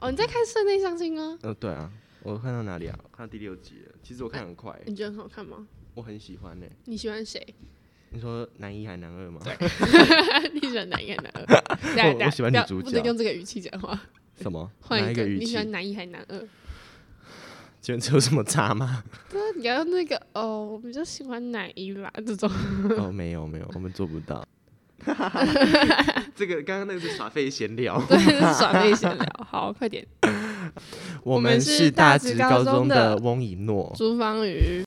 哦，你在看室内相亲吗？嗯、对啊，我看到哪里啊？我看到第六集了。其实我看很快欸、你觉得很好看吗？我很喜欢呢、你喜欢谁？ 你说男一还男二吗？你喜欢男一还是男二？ 等下我等下我喜欢不女要主不角能用这个语气讲话，什么？哪 换一个语你喜气欢？男一还是男二？觉得这有什么差吗？ 那你要那个哦，我比较喜欢男一吧，这种。 哦，没有没有，我们做不到。 这个刚刚那个是耍废闲聊。对，就是耍废闲聊。好，快点， 我们们是是大大直直高高中中的的翁以诺，朱芳 雨。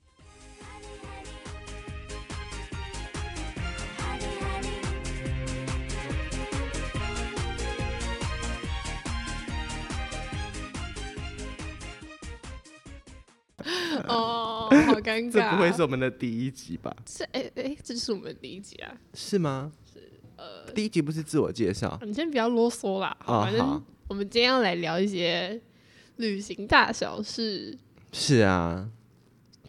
哦，好尴尬。 这不会是我们的第一集吧？这哎哎、这就是我们的第一集啊！是吗？是呃，第一集不是自我介绍？你先不要啰嗦啦，哦反正好我们今天要来聊一些旅行大小事。是 啊，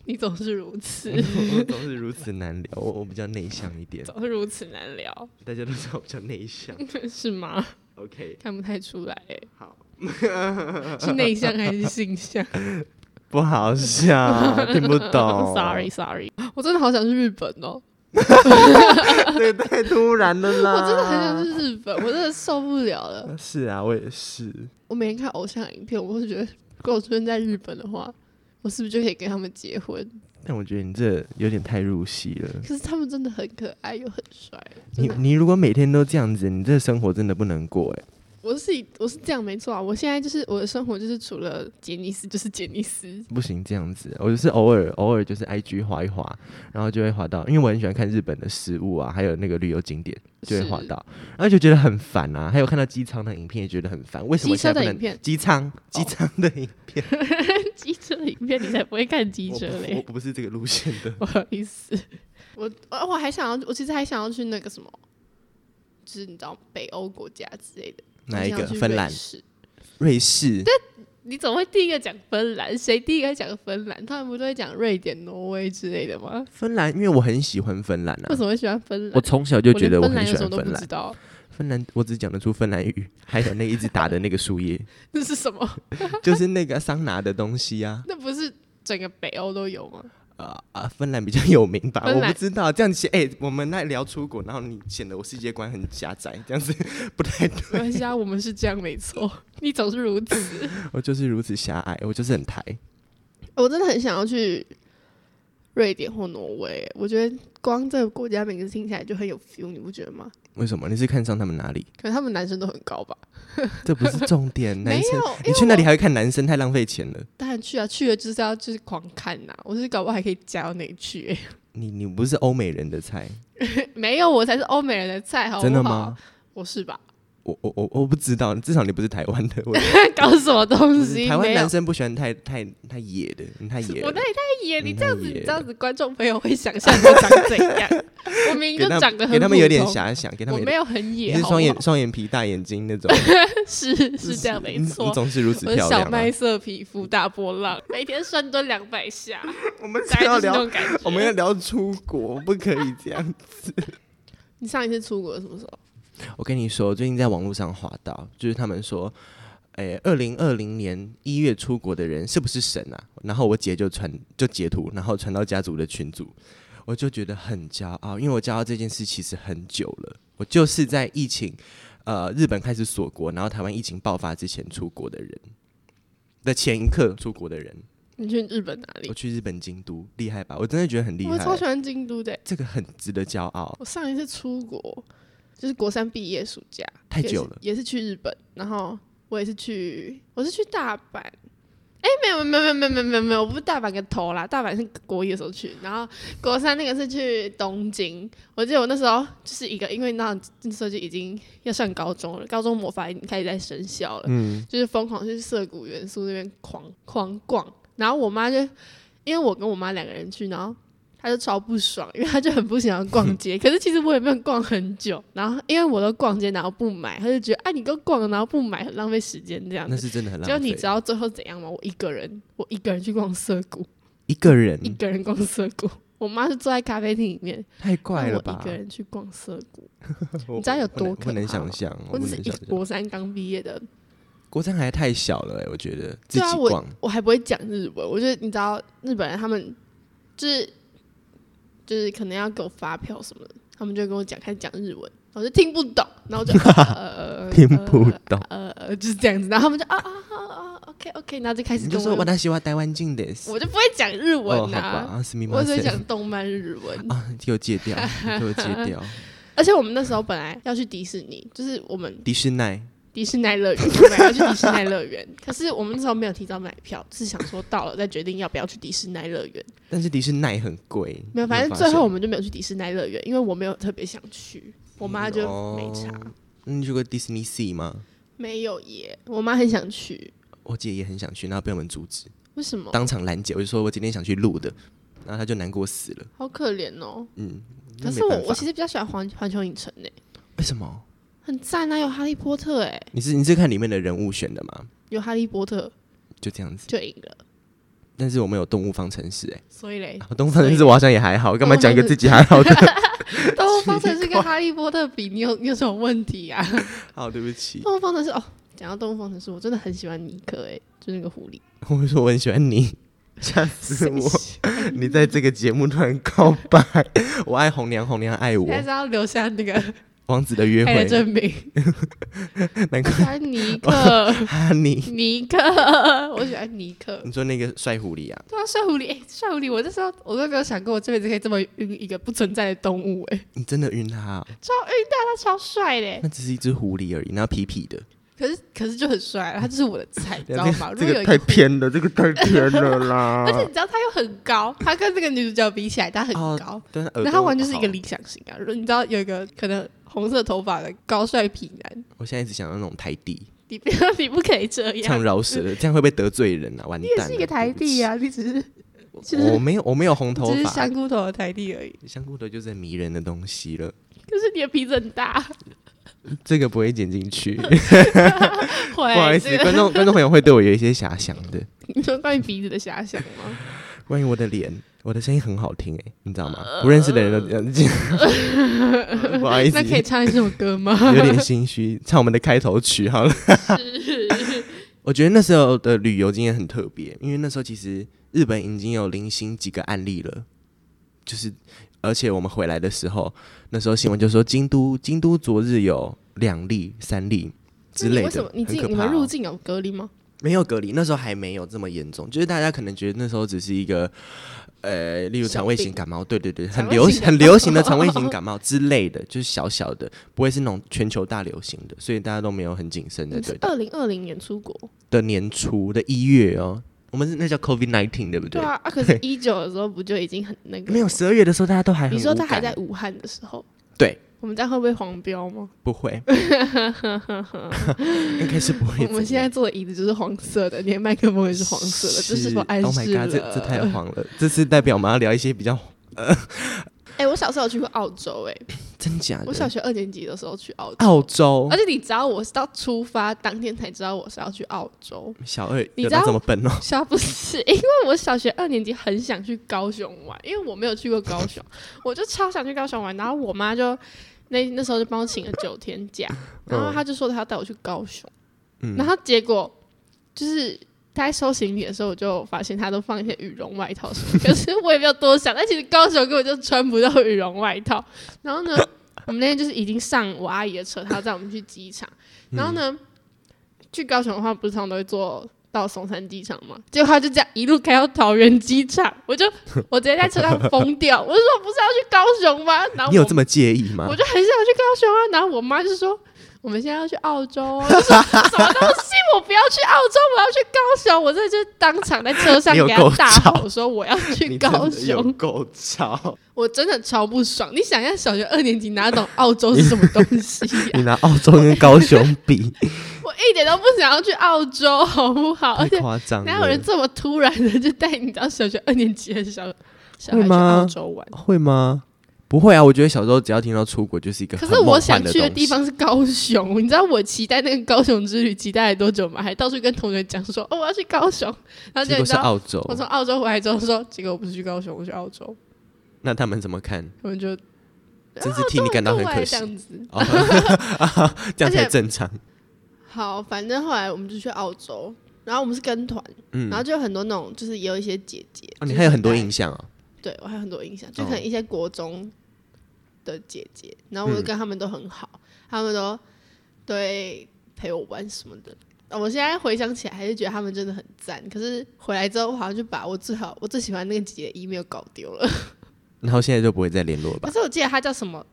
你总是如此，我总是如此难聊，我我比较内向一 点，总是如此难聊， 大家都知道我比较内向。是吗？ OK，看不太出来、欸，好， 是内向还是性向不好笑，听不懂。 ？Sorry Sorry，我真的好想去日本哦，这个太突然了啦！我真的很想去日本，我真的受不了了。是啊，我也是。我每天看偶像影片，我会觉得，如果我出现在日本的话，我是不是就可以跟他们结婚？但我觉得你这有点太入戏了。可是他们真的很可爱又很帅，真你的。你如果每天都这样子，你这生活真的不能过哎、我是以我是这样没错啊，我现在就是我的生活就是除了杰尼斯就是杰尼斯，不行这样子。我就是偶尔偶尔就是 IG 滑一滑，然后就会滑到，因为我很喜欢看日本的食物啊，还有那个旅游景点，就会滑到，然后就觉得很烦啊。还有看到机舱的影片也觉得很烦，为什么机车现在的不影能？片，哦机舱机舱的影片， 机车的影片你才不会看机我车不我嘞， 不是这个路线的。不好意思，我呃我还想要，我其实还想要去那个什么，就是你知道北欧国家之类的，哪一我个？想要去芬瑞兰、士瑞士？对，你总会第一个讲芬兰，谁第一个讲芬兰？他们不都会讲瑞典、挪威之类的吗？芬兰，因为我很喜欢芬兰为啊。什么会喜欢芬兰？我从小就觉得我我连芬很兰有喜什么欢都芬不兰知。道， 芬兰，我只讲得出芬兰语，还有那一直打的那个 树叶，那是什么？就是那个桑拿的东西啊。那不是整个北欧都 有吗？啊啊，芬兰比较有名吧？芬我兰不知道，这样子哎、我们那聊出国，然后你显得我世界观很狭窄，这样子 不太对。没关系啊，我们是这样没错， 你总是如 此。我就是如此狭隘，我就是很台。我真的很想要去瑞典或挪威，我觉得光这个国家名字听起来就很有 feel，你不觉得吗？为什么？你是看上他们哪里？可能他们男生都很高吧？这不是重点， 没男生。有，你因去为那里我还会看男生，太浪费钱了。当然去啊，去了就是要就是狂看呐、我是搞不好还可以加到那里去、 你你不是欧美人的菜，没有，我才是欧美人的菜，好不好？真的吗？我是吧？ 我我我我不知道，至少你不是台湾的。我搞什么东不西？是台嗯湾没有男生不喜欢太太太野的，你太野我了。那里太野，你嗯这样子，太野你这样子，观众朋友会想象我长怎 样？我明明给就他长得们很给他们有点普通，遐想，给他我们有没点有很你野，是好不双眼好双眼皮大眼睛那种，是 是这样没你错你。总是如此我是漂亮小啊。麦色皮肤大波浪，每天深蹲两百下，我们大概是要就是那聊种，感觉。我们要聊出国，不可以这样。你上一次出国是什么时候？我跟你说，最近在网络上滑到，就是他们说，诶、2二零二零年一月出国的人是不是神啊？然后我姐就传就截图，然后传到家族的群组，我就觉得很骄傲，因为我骄傲这件事其实很久了，我就是在疫情，呃，日本开始锁国，然后台湾疫情爆发之前出国的人。的前一刻出国的人，你去日本哪里我？去日本京都，厉害吧？我真的觉得很厉我害超，喜欢京都的欸。这个很值得骄傲。我上一次出国就是国三毕业暑假，太也是久了也是去日本，然后我也是去，我是去大阪。哎、没有没有没有没有没有没有，我不是大阪个头啦，大阪是国一的时候去，然后国三那个是去东京。我记得我那时候就是一个，因为那那时候就已经要上高中了，高中魔法已经开始在生效了，嗯，就是疯狂去涩谷元素那边狂狂逛，然后我妈就因为我跟我妈两个人去，然后她就超不爽，因为她就很不想要逛 街，可是其实我也没有逛很久，然后因为我都逛街然后不买，她就觉得啊你都逛了然后不买很浪费时间这样那子。是真的很浪就费。你知道最后怎样吗？我一个人，我一个人去逛涩谷，一个一人个人逛涩谷。我妈是坐在咖啡厅里面，太怪让了我吧一？个人去逛涩谷。 我你知道有不能多可不能怕吗哦想象，我不只是能一想个象。国三刚毕业的国三还太小了、欸，我觉得自对啊己我逛，我还不会讲日文，我觉得你知道日本人他们就是就是可能要给我发票什么的，他们就会跟我讲开始讲日文，我就听不懂，然后我就呃 听不懂，呃呃就是这样子，然后他们就啊啊啊啊 OK OK，然后就开始你跟就我说我那喜欢台湾进的，我就不会讲日哦，文好吧，啊，啊，是密我码只会讲动漫日文。 啊，给我戒掉， 给我戒掉，而且我们那时候本来要去迪士尼，就是我们迪士尼迪士尼乐园，我们要去迪士尼乐园。 可是我们那时候没有提早买票，是想说到了再决定要不要去迪士尼乐园。但是迪士尼很贵，没有，你反正发最后我现们就没有去迪士尼乐园，因为我没有特别想去，我妈就哦没差。嗯你去过迪士尼 Sea 吗？没有耶，我妈很想去，我姐也很想去，然后被我们阻止，为什么？当场拦截。我就说我今天想去录的，然后她就难过死了。好可怜哦。嗯，那可是没我办法我其实比较喜欢环环球影城诶，为什么？很赞啊，有哈利波特诶，你是你是看里面的人物选的吗？有哈利波特就这样子。就赢了，但是我们有动物方程式、欸，所以嘞 哎、，动物方程式我好像也还好，干嘛讲一个自己还 好的？动物方程式跟哈利波特比，你有你有什么问题啊？好，对不起，动物方程式哦，讲到动物方程式，我真的很喜欢尼克诶，欸就那个狐狸。我说我很喜欢 你，吓死我！你在这个节目突然告白，我爱红娘，红娘 爱我现，在是要留下那个王子的约爱的会，证 明。我喜欢难怪尼克。 哈尼。 尼克，我喜欢尼克。你说那个帅狐狸啊？对啊，帅狐狸，哎、帅狐狸，我那时候我都没有想过，我这辈子可以这么晕一个不存在的动物、哎，你真的晕他 啊、他超帅的、哎那只是一只狐狸而已，然后皮皮的，可是可是就很帅啊，他就是我的 菜，你知道吗？如这果有个一太个，偏了，这个太偏了 而且你啦。知道他又很高，他跟这个女主角比起来，他很哦 高，但是耳朵哦然后他完全是一个好理想型啊。如果你知道有一个可能红色头发的高帅痞男，我现在只想到那种台 地你不要，你不可以这唱样，饶舌，这样会不会得罪人啊？完你蛋也了，是一个台地啊，你只是对不起！就是我没有，我没有红头只是发啊香，菇头的台地而已，香菇头就是很迷人的东西了，可是你的鼻子很大，这个不会剪 进去，不 不好意思，观众观众朋友会对我有一些遐想 的，你说关于鼻子的遐想 吗？关于我的脸。我的声音很好听哎、你知道吗？呃不认识的人都这样子， 不好意思那，可以唱一首歌吗？ 有点心虚，唱我们的开头曲好了。 我觉得那时候的旅游经验很特别，因为那时候其实日本已经有零星几个案例了，就是而且我们回来的时候，那时候新闻就说京都京都昨日有两例、三例之类为什的么，你很进、可你怕们哦、入境有隔离吗？没有隔离，那时候还没有这么严重，就是大家可能觉得那时候只是一个，呃，例如肠胃型感冒，对对对，很肠胃流型行感很冒流行的肠胃型感冒之类的，就是小小的，不会是那种全球大流行的，所以大家都没有很谨慎的你对是待。二零二零年出国，的年初的一月哦，我们是那叫 COVID nineteen 对不对对？啊，啊可是一九的时候不就已经很那个？没有，十二月的时候大家都还很你说无他还感在武汉的时候，对，我们这样会不会黄标吗？不会， 应该是不会怎样。我们现在坐的椅子就是黄色的，连麦克风也是黄色的，这是否暗 Oh 示 my 了 god，这这太黄了，这是代表我们要聊一些比较哎、我小时候有去过澳洲、哎，真假的。我小学二年级的时候去澳洲，澳洲而且你知道我是到出发当天才知道我是要去澳洲，小二你有知道到这么笨哦？小不是，因为我小学二年级很想去高雄玩，因为我没有去过高雄，我就超想去高雄玩。然后我妈就那那时候就帮我请了九天假，然后她就说她要带我去高雄，嗯然后结果就是。她在收行李的时候，我就发现她都放一些羽绒外套什么， 可是我也没有多想。但其实高雄根本就穿不到羽绒外套。然后呢，我们那天就是已经上我阿姨的车，她要载我们去机场。然后呢，去高雄的话，不是通常都会坐到松山机场嘛，结果他就这样一路开到桃园机场，我就我直接在车上疯掉，我就说不是要去高雄吗？然后你有这我么介意吗我？就很想去高雄啊，然后我妈就说我们现在要去澳洲哦， 我就说什么东西我不要去澳洲，我要去高雄，我这就当场在车上你有给他够大吵吼说我要去你真高的有雄，够吵！我真的超不爽。你想一下，小学二年级哪懂澳洲是什么东西呀、 你拿澳洲跟高雄比，我一点都不想要去澳洲，好不好？ 而太且夸张哪有人了。这么突然的就带你到小学二年级的小小孩会去吗澳洲玩？会吗？不会啊，我觉得小时候只要听到出国就是一个可很是我梦想幻去的的东地西。方是高雄，你知道我期待那个高雄之旅期待了多久吗？还到处跟同学讲说哦我要去高雄，然后结果结果你知是道澳洲，我从澳洲回来之后说，结果我不是去高雄，我去澳洲，那他们怎么看？他们就啊真是替你感到很对这 可 惜。样子。哦，这样才正常。好，反正后来我们就去澳洲，然后我们是跟团，嗯，然后就有很多那种，就是也有一些姐姐。哦你还有很多就是哎印象哦，对我还有很多印象，哦就可能一些国中的姐姐，然嗯后我就跟他们都很好，他们都对陪我玩什么的。呃我现在回想起来，还是觉得他们真的很赞。可是回来之后，我好像就把我最好、我最喜欢那个姐姐的 email 搞丢了。然后现在就不会再联络了 吧可？是我记得她叫什么，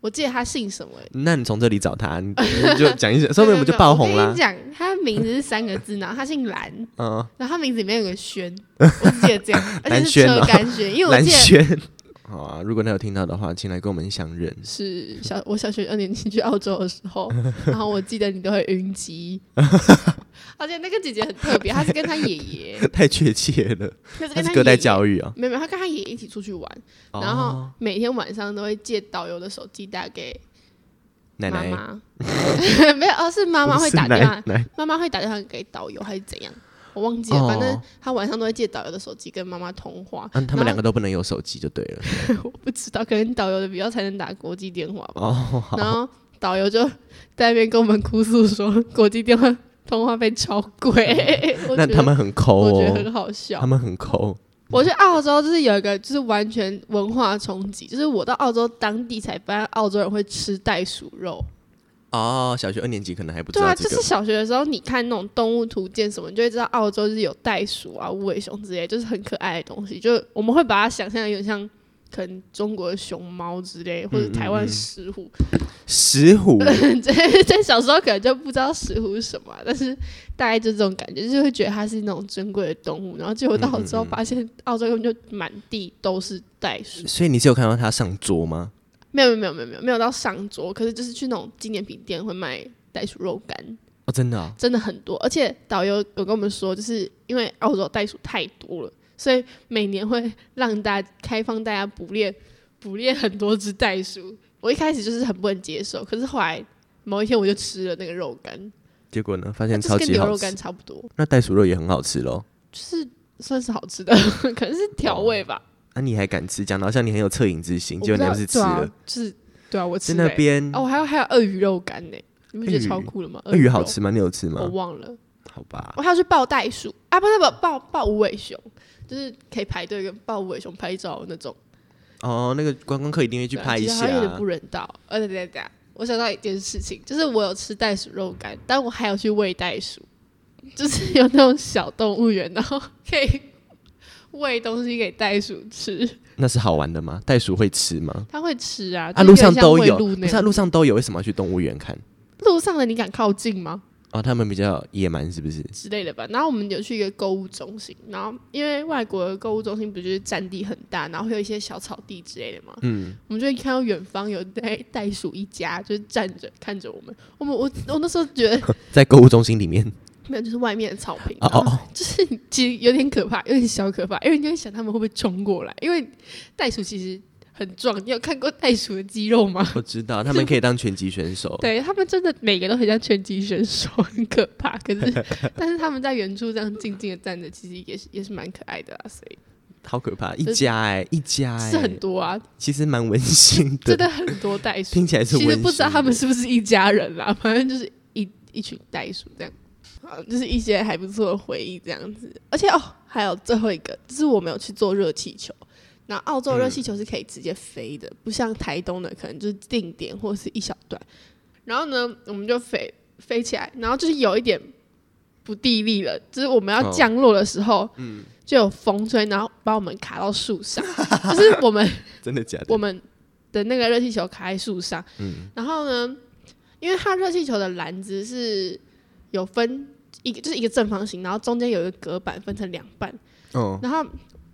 我记得她姓什么、欸。那你从这里找 他，你你就讲一讲，说不定我们就爆红我跟啦你。讲，她名字是三个字，然后她姓蓝，嗯，然后她名字里面有个轩，我只记得这 样，而且蓝是轩车哦干轩，因为我蓝记得轩， 好啊！如果他有听到的话，请来跟我们相认。 是小我小学二年级去澳洲的时候，然后我记得你都会晕 机，而且那个姐姐很特别，她是跟她爷爷，太确切了，她是他跟她是隔代爷爷教育哦。没有没有，她跟她爷爷一起出去玩，然后哦每天晚上都会借导游的手机打给奶妈奶，妈， 没有，而、是妈妈不会是打电话，奶奶妈妈会打电话给导游还是怎样，我忘记了，哦反正她晚上都会借导游的手机跟妈妈通话， 嗯，他们然后两个都不能有手机就对了。我不知道，可能导游的比较才能打国际电话吧。哦，好，然后导游就在那边跟我们哭诉说，国际电话通话费超 贵。我那觉得他们很抠我觉得哦，很好他笑。们很抠。我去澳洲就是有一个就是完全文化冲击，就是我到澳洲当地才发现澳洲人会吃袋鼠肉。哦，小学二年级可能还不知对啊，道就这是个。小学的时候你看那种动物图鉴什么，你就会知道澳洲就是有袋鼠啊、无尾熊之类，就是很可爱的东西。就我们会把它想象得有点像。可能中国的熊猫之类，或者台湾嗯嗯嗯石虎，石 虎在在小时候可能就不知道石虎是什么啊、但是大概就这种感觉，就是会觉得它是那种珍贵的动物。然后结果到澳洲发现，澳洲根本就满地都是袋鼠。所以你是有看到他上桌吗？没有没有没有没有没有到上桌，可是就是去那种纪念品店会卖袋鼠肉干，哦，真的哦，真的很多。而且导游有跟我们说，就是因为澳洲袋鼠太多了，所以每年会让大家开放大家捕猎捕猎很多只袋鼠。我一开始就是很不能接受，可是后来某一天我就吃了那个肉干。结果呢，发现就是超跟级牛好肉干吃。差不多，那袋鼠肉也很好吃喽。就是算是好吃的， 可能是调味吧。啊，你还敢吃？讲到像你很有恻隐之心，我结果不知你道对啊还不是吃了？就是对啊，我吃在那了欸边，哦，还有还有鳄鱼肉干呢，你不觉得鳄鱼超酷了吗？鳄鱼好肉，吃吗？你有吃我吗？忘了。好吧哦我，还要去抱袋鼠啊，不是不抱抱无尾熊，就是可以排队跟抱无尾熊拍照的那种。哦，那个观光客一定会去对啊拍一其实好下像有点不人道。呃，等一下等一下，我想到一件事情，就是我有吃袋鼠肉干，但我还有去喂袋鼠，就是有那种小动物园，然后可以 喂东西给袋鼠吃。那是好玩的吗？袋鼠会吃吗？它会吃啊，啊，就是有点路上像都喂有，鹿不那是啊，样路上都有，为什么要去动物园看？路上的你敢靠近吗？哦，他们比较野蛮，是不是？之类的吧。然后我们有去一个购物中心，然后因为外国的购物中心不就是占地很大，然后会有一些小草地之类的嘛。嗯，我们就会看到远方有袋袋鼠一家，就是站着看着我们。我们我我那时候觉得在购物中心 里面，没有，就是外面的草坪，哦然后哦哦，就是其实有点可怕，有点小可怕，因为你会想他们会不会冲过来，因为袋鼠其实很壮。你有看过袋鼠的肌肉吗？我知道，他们可以当拳击选手。 对他们真的每个都很像拳击选手，很可怕。可是，但是他们在远处这样静静的站着，其实也是也是蛮可爱的啊，所以好可怕！一家哎、一家哎、是很多啊，其实蛮温馨真的，的很多袋鼠。听起来是温其馨实的。不知道他们是不是一家人啦， 反正就是一一群袋鼠这样。好，就是一些还不错的回忆这样子。而且哦，还有最后一个，就是我没有去做热气球。那澳洲嗯热气球是可以直接飞的，不像台东的可能就是定点或是一小段。然后呢，我们就飞飞起来，然后就是有一点不地利了，就是我们要哦嗯降落的时候，就有风吹，然后把我们卡到树 上，就是我们真的假的？我们的那个热气球卡在树上，然后呢，因为它热气球的篮子是有分一个就是一个正方形，然后中间有一个隔板分成两半，嗯，然后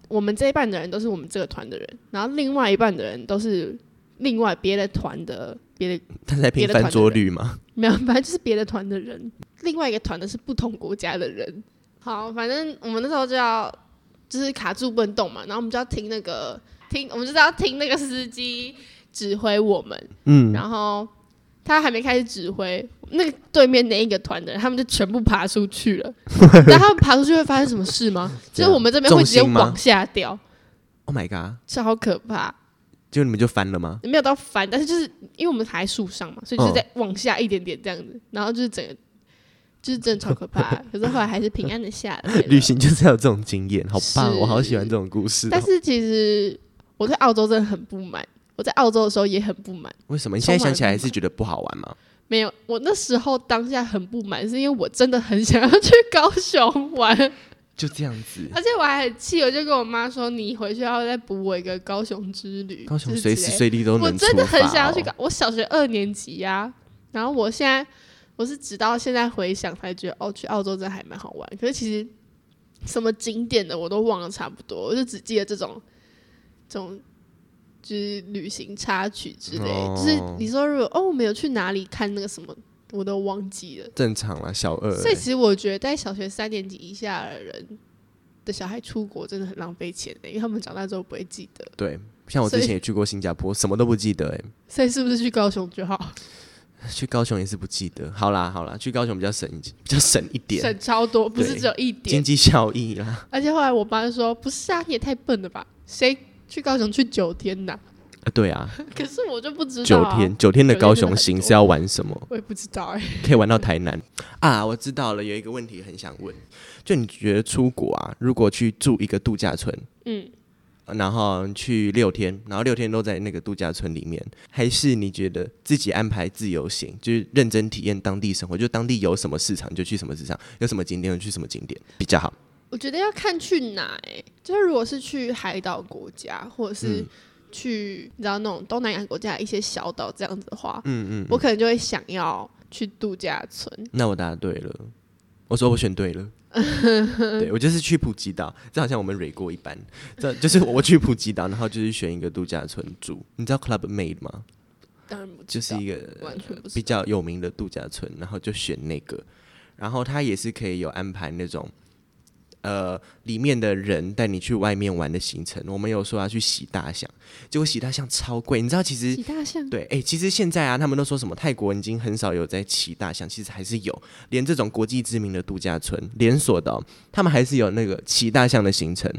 我们这一半的人都是我们这个团的人，然后另外一半的人都是另外别的团的别的他在别拼的团的翻桌率吗？没有，反正就是别的团的人，另外一个团的是不同国家的人。好，反正我们那时候就要就是卡住不能动嘛，然后我们就要听那个听，我们就是要听那个司机指挥我们，嗯，然后他还没开始指挥，那个对面那一个团的人，他们就全部爬出去 了。但他们爬出去会发生什么事吗？就这样是我们这边会直接啊重心吗往下掉， Oh my god！超可怕。就你们就翻了吗？没有到翻，但是就是因为我们还在树上嘛，所以就是在往下一点点这样子，然后就是整个就是真的超可 怕。可是后来还是平安的下来了。旅行就是要有这种经验，好棒！是我好喜欢这种故事、但哦。是其实我对澳洲真的很不满，我在澳洲的时候也很不满。为什么你充现在想满起来了是觉得不好玩吗？没有，我那时候当下很不满，是因为我真的很想要去高雄玩，就 这样子，而且我还很气，我就跟我妈说，你回去要再补我一个高雄之旅。高雄就是随之时类的随地都能、我出真的很发想要哦去搞。我小学二年级呀、然后我现在我是直到现在回想才觉得，哦，去澳洲真的还蛮好玩。可是其实什么景点的我都忘了差不多，我就只记得这种这种就是旅行插曲之类。哦就是你说如果哦，我们有去哪里看那个什么，我都忘记了。正常啦，小二、所以其实我觉得，在小学三年级以下的人的小孩出国真的很浪费钱欸的、因为他们长大之后不会记得。对，像我之所以前也去过新加坡，什么都不记得哎、所以是不是去高雄就好？去高雄也是不记得。好啦好啦，去高雄比较省一比较省一点，省超多，不是对只有一点经。济效益啦。而且后来我妈就说：“不是啊，你也太笨了吧？谁去高雄去九天呐、 呃对啊，可是我就不知道、九啊，天九天的九天高真的雄很行多是要玩什么？我也不知道哎、可以玩到台南啊！我知道了，有一个问题很想问，就你觉得出国啊，如果去住一个度假村，嗯，然后去六天，然后六天都在那个度假村里面，还是你觉得自己安排自由行，就是认真体验当地生活，就当地有什么市场你就去什么市场，有什么景点就去什么景点比较好？我觉得要看去哪哎、就是如果是去海岛国家，或者是嗯去、你知道那种东南亚国家一些小岛这样子的话，嗯嗯，我可能就会想要去度假村。那我答对了，我说我选对了。对，我就是去普吉岛，这好像我们蕊过一般，这就是我去普吉岛，然后就是选一个度假村住。你知道 Club Made 吗？当然不知道，就是一个完全不知比道。较有名的度假村，然后就选那个，然后他也是可以有安排那种，呃，里面的人带你去外面玩的行程。我们有说要去洗大象，结果洗大象超贵，你知道其实骑大象，对，哎、其实现在啊，他们都说什么泰国已经很少有在骑大象，其实还是有，连这种国际知名的度假村连锁的哦、他们还是有那个骑大象的行程。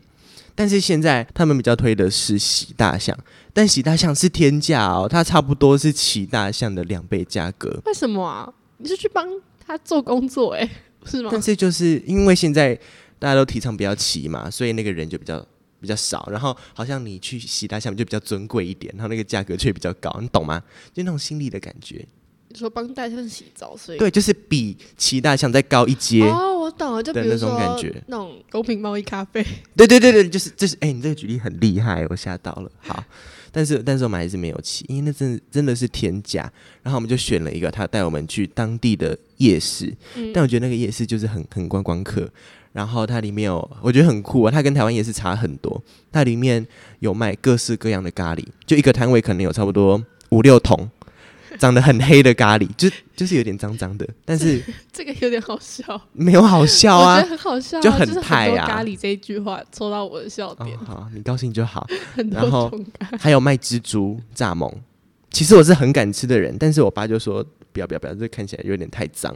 但是现在他们比较推的是洗大象，但洗大象是天价哦，它差不多是骑大象的两倍价格。为什么啊？你是去帮他做工作 哎、是吗？但是就是因为现在大家都提倡不要骑嘛，所以那个人就比较比较少，然后好像你去洗大象就比较尊贵一点，然后那个价格却比较高，你懂吗？就那种心理的感觉。你说帮大象洗澡，所以对，就是比骑大象再高一阶。哦，我懂了，就比的如那种说感觉那种公平贸易咖啡， 对对对对，就是就是，哎、你这个举例很厉害，我吓到了。 好，但是但是我们还是没有骑，因为那真的真的是天价。然后我们就选了一个，他带我们去当地的夜市，嗯但我觉得那个夜市就是很很观光客。然后它里面有，我觉得很酷啊，它跟台湾夜市差很多。它里面有卖各式各样的咖喱，就一个摊位可能有差不多五六桶，长得很黑的咖喱，就就是有点脏脏的，但是这个有点好笑，没有好 笑我觉啊得。很好笑啊，就就很是很泰多啊咖喱这一句话戳到我的笑哦点，，好，你高兴就好。很多然后种咖喱。还有卖蜘蛛、蚱蜢。其实我是很敢吃的人，但是我爸就说不要不要不要，这看起来有点太脏。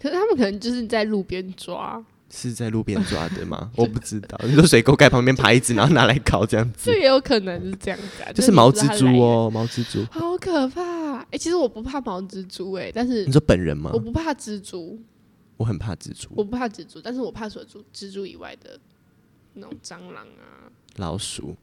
可是他们可能就是在路边抓，是在路边抓的 吗？我不知道。你说水沟盖旁边爬一只，然后拿来烤这样 子这，也有可能是这样子啊，就是是你毛不知道蜘它蛛来啊源，哦，毛蜘蛛。好可怕！哎，其实我不怕毛蜘蛛，哎，但是你说本人吗我？不怕蜘蛛，我很怕蜘蛛、我不怕蜘蛛，但是我怕除了蜘蜘蛛以外的那种蟑螂啊，老鼠、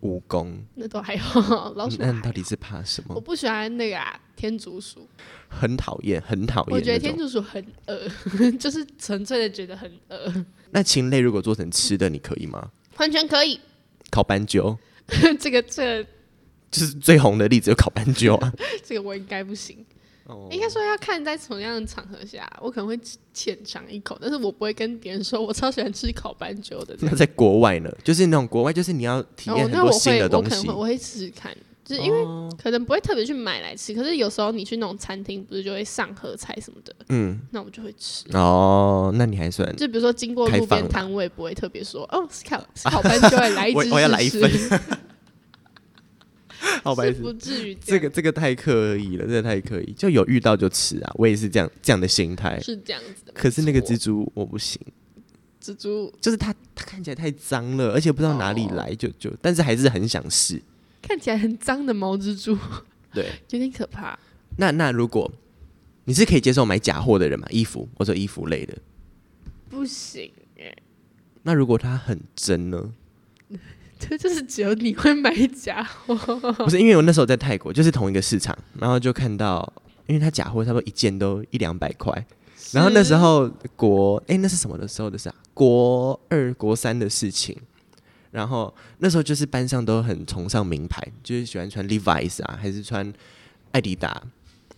蜈蚣。那都还好，老鼠那你还到底是怕什我么？不喜欢那个啊，天竺鼠。很讨厌，很讨我厌觉得那天种。竺鼠很恶， 就是纯粹的觉得很恶，那禽类如果做成吃的，你可以吗？完全可以。 烤斑鸠这个这个、就是最红的例子，有烤斑鸠啊。这个我应该不行，哦应该说要看在什么样的场合下，我可能会浅尝一口，但是我不会跟别人说我超喜欢吃烤斑鸠的这那样。 在国外呢？就是那种国外，就是你要体验哦很那多我新会，的我东可能西会，。我会试试看，就是因为哦可能不会特别去买来吃，可是有时候你去那种餐厅，不是就会上盒菜什么的，嗯，那我就会吃。哦，那你 还算就比如说经过开路放边了摊位，不会特别说哦，是烤是烤斑鸠， 来一我只我要来一试份试 好白是痴不。至于这样个这个太刻意了，这个太刻意，就有遇到就吃啊，我也是这样这样的心态。是这样子的。可是那个没错蜘蛛我不行，蜘蛛就是它它看起来太脏了，而且不知道哪里哦来，就就，但是还是很想试。看起来很脏的毛蜘蛛， 对，有点可怕。那那如果你是可以接受买假货的人吗？衣服，我说衣服类的。不行，欸那如果它很真呢？这就是只有你会买假货。 不是，因为我那时候在泰国，就是同一个市场，然后就看到，因为它假货差不多一件都一两百块，然后那时候国哎、那是什么的时候的事啊？国二国三的事情。然后那时候就是班上都很崇尚名牌，就是喜欢穿 Levi's 啊，还是穿艾迪达。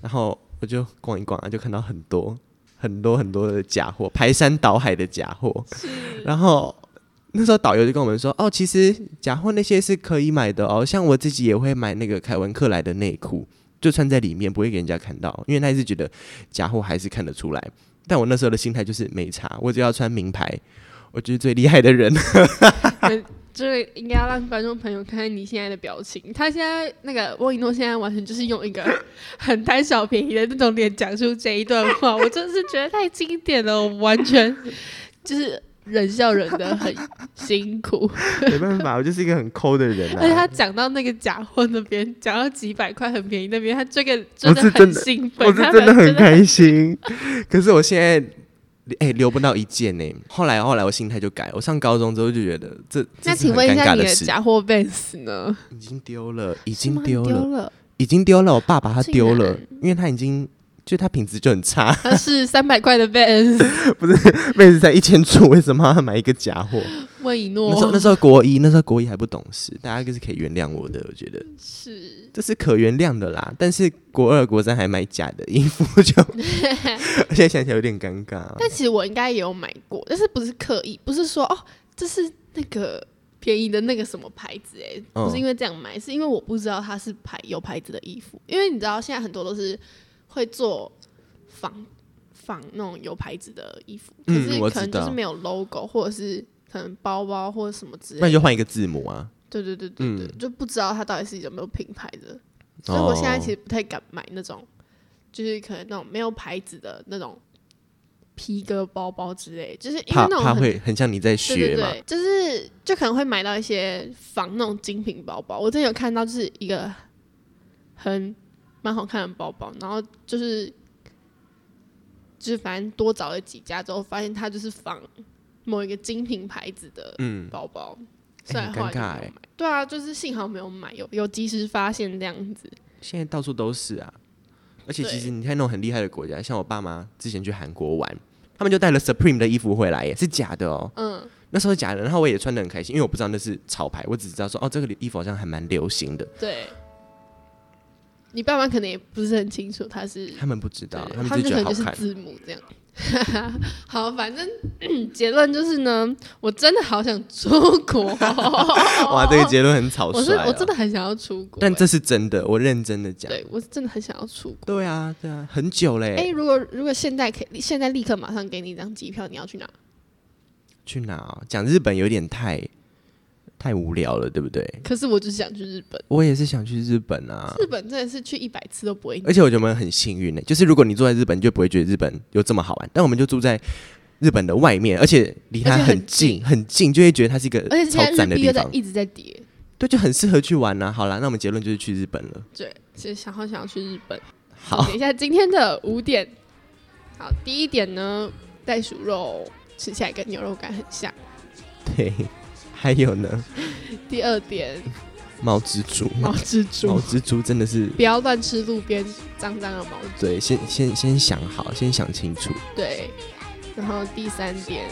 然后我就逛一逛啊，就看到很多很多很多的假货，排山倒海的假货。然后那时候导游就跟我们说，哦，其实假货那些是可以买的哦，像我自己也会买那个凯文克莱的内裤，就穿在里面，不会给人家看到，因为他一直觉得假货还是看得出来。但我那时候的心态就是没差，我只要穿名牌，我就是最厉害的人。就是应该要让观众朋友看看你现在的表情。他现在那个翁一诺现在完全就是用一个很贪小便宜的那种脸讲出这一段话，我真的是觉得太经典了，我完全就是忍笑忍得很辛苦。 没办法，我就是一个很抠的人而且他啊。讲到那个假货那边，讲到几百块很便宜那边，他这个我真的是真很的兴奋，我是他真的很真的开心， 可是我现在哎、留不到一件呢、后来后来我心态就改，我上高中之后就觉得这那这是请很问一尴下尬你的的事，假货 Vans 呢？已经丢了，已是吗经你丢 了，了，已经丢了。我爸把它竟丢了然，因为它已经就它品质就很差， 它是三百块的 Vans。妹子才一千出，为什么要买一个假货？问一诺那时候那时候国一，那时候国一还不懂事，大家就是可以原谅我的，我觉得是这是可原谅的啦。但是国二、国三还买假的衣服 就，现在想起来有点尴尬。但其实我应该也有买过，但是不是刻意，不是说哦，这是那个便宜的那个什么牌子哎、嗯不是因为这样买，是因为我不知道它是牌有牌子的衣服，因为你知道现在很多都是会做仿仿那种有牌子的衣服，可嗯是我可能知道就是没有 logo 或者是可能包包或者什么之类那你的，就换一个字母啊。对对对对对，嗯就不知道它到底是有没有品牌的，所以我现在其实不太敢买那种，就是可能那种没有牌子的那种皮革包包之类，就是因为怕那种怕很会很像你在对学对嘛，对，就是就可能会买到一些仿那种精品包包。我之前有看到就是一个很蛮好看的包包，然后就是就是反正多找了几家之后，发现它就是仿某一个精品牌子的嗯，包包，哎虽然很后来就尴没尬有哎买。对啊，就是幸好没有买，有有及时发现这样子。现在到处都是啊。而且对其实你看那种很厉害的国家，像我爸妈之前去韩国玩，他们就带了 Supreme 的衣服回来耶，是假的哦。嗯，那时候是假的，然后我也穿的很开心，因为我不知道那是潮牌，我只知道说哦，这个衣服好像还蛮流行的。对，你爸妈可能也不是很清楚他是，他们不知道，对他们他就可觉能得就是好看。字母这样。好，反正嗯结论就是呢，我真的好想出国。 哇，这个结论很草我是率、哦。我真的很想要出国欸、但这是真的，我认真的讲。对我是真的很想要出国。对啊，对啊，很久嘞、哎、如果如果现在可以，现在立刻马上给你一张机票，你要去哪？去哪哦、讲日本有点太太无聊了，对不对？可是我就是想去日本，我也是想去日本啊，日本真的是去一百次都不会腻而且我觉得我们很幸运呢、就是如果你住在日本，你就不会觉得日本有这么好玩，但我们就住在日本的外面，而且离它而且很很近很近，就会觉得它是一个而且呃超现在赞日的币地又在方，一直在跌，对，就很适合去玩啊。好啦，那我们结论就是去日本了。对，其实想好想要去日本。好，等一下今天的五点，好，第一点呢，袋鼠肉吃起来跟牛肉干很像。嗯对，还有呢，第二点，毛蜘蛛，毛蜘 毛蛛，蜘蛛真的是 不要乱吃路边脏脏的毛蜘蛛。对，先先先想好，先想清楚。 对，然后第三点，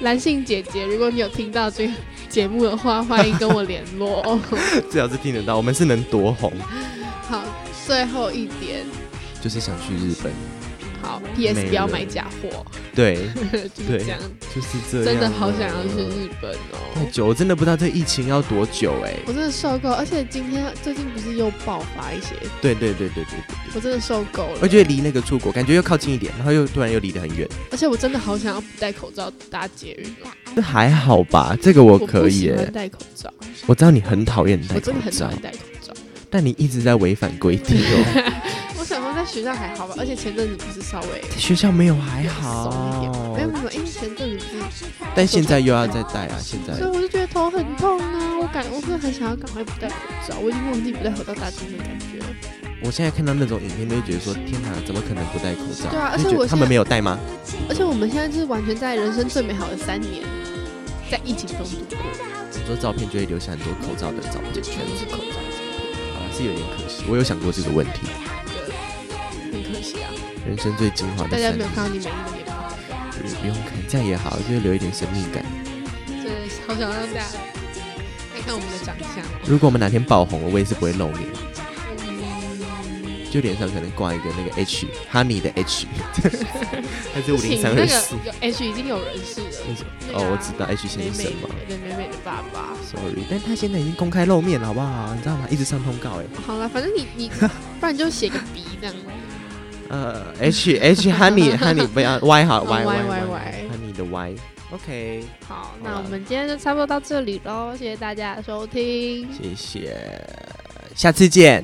蓝杏姐姐，如果你有听到这个节目的话，欢迎跟我联 络。最好是听得到，我们是能多红，好，最后一点，就是想去日本。好，P.S. 没不要了买假货， 对，就是对这样。就是这样。真的好想要去日本哦。太久，我真的不知道这疫情要多久哎、我真的受够，而且今天最近不是又爆发一些，对对对对对对对。我真的受够了。我觉得离那个出国感觉又靠近一点，然后又突然又离得很远，而且我真的好想要不戴口罩搭捷运哦，这还好吧？这个我我可不以喜耶、欢戴口罩，我知道你很讨厌我戴口真的很讨罩厌，戴口罩。但你一直在违反规定 哦。我想说在学校还好吧，而且前阵子不是稍微在学校没有还松一点嘛，没有，好没有，没有因为前阵子不是，哦但现在又要再戴啊！现在所以我就觉得头很痛啊。我感我真的很想要赶快不戴口罩，我已经忘记不戴口罩搭捷运的感觉了。我现在看到那种影片，都会觉得说天哪，怎么可能不戴口罩？对啊而你且觉我得他现在们没有戴吗？而且我们现在就是完全在人生最美好的三年，在疫情中度过，很多照片就会留下很多口罩的照片，就全都是口罩，啊，是有点可惜。我有想过这个问题，很可惜啊！人生最精华的大家三没有年，看到你美丽的面貌，就是不用看，这样也好，就是留一点神秘感。真的是好想让大家哎看看我们的长 相。如果我们哪天爆红了，我也是不会露面，嗯就脸上可能挂一个那个 H Honey 的 H，还是五不零行，三那个二四。有 H 已经有人事了， 为什么那个啊哦，我知道 H 美先生美什么对美美的爸爸。 ，sorry，但他现在已经公开露面了，好不好？你知道吗？一直上通告哎，好了，反正你 你，不然你就写个鼻这样。呃，H H Honey Honey 不要 Y 好 Y 哦 Y Y Y Y Honey 的 Y，OK，好，好那啦我们今天就差不多到这里喽，谢谢大家的收听。谢谢，下次见。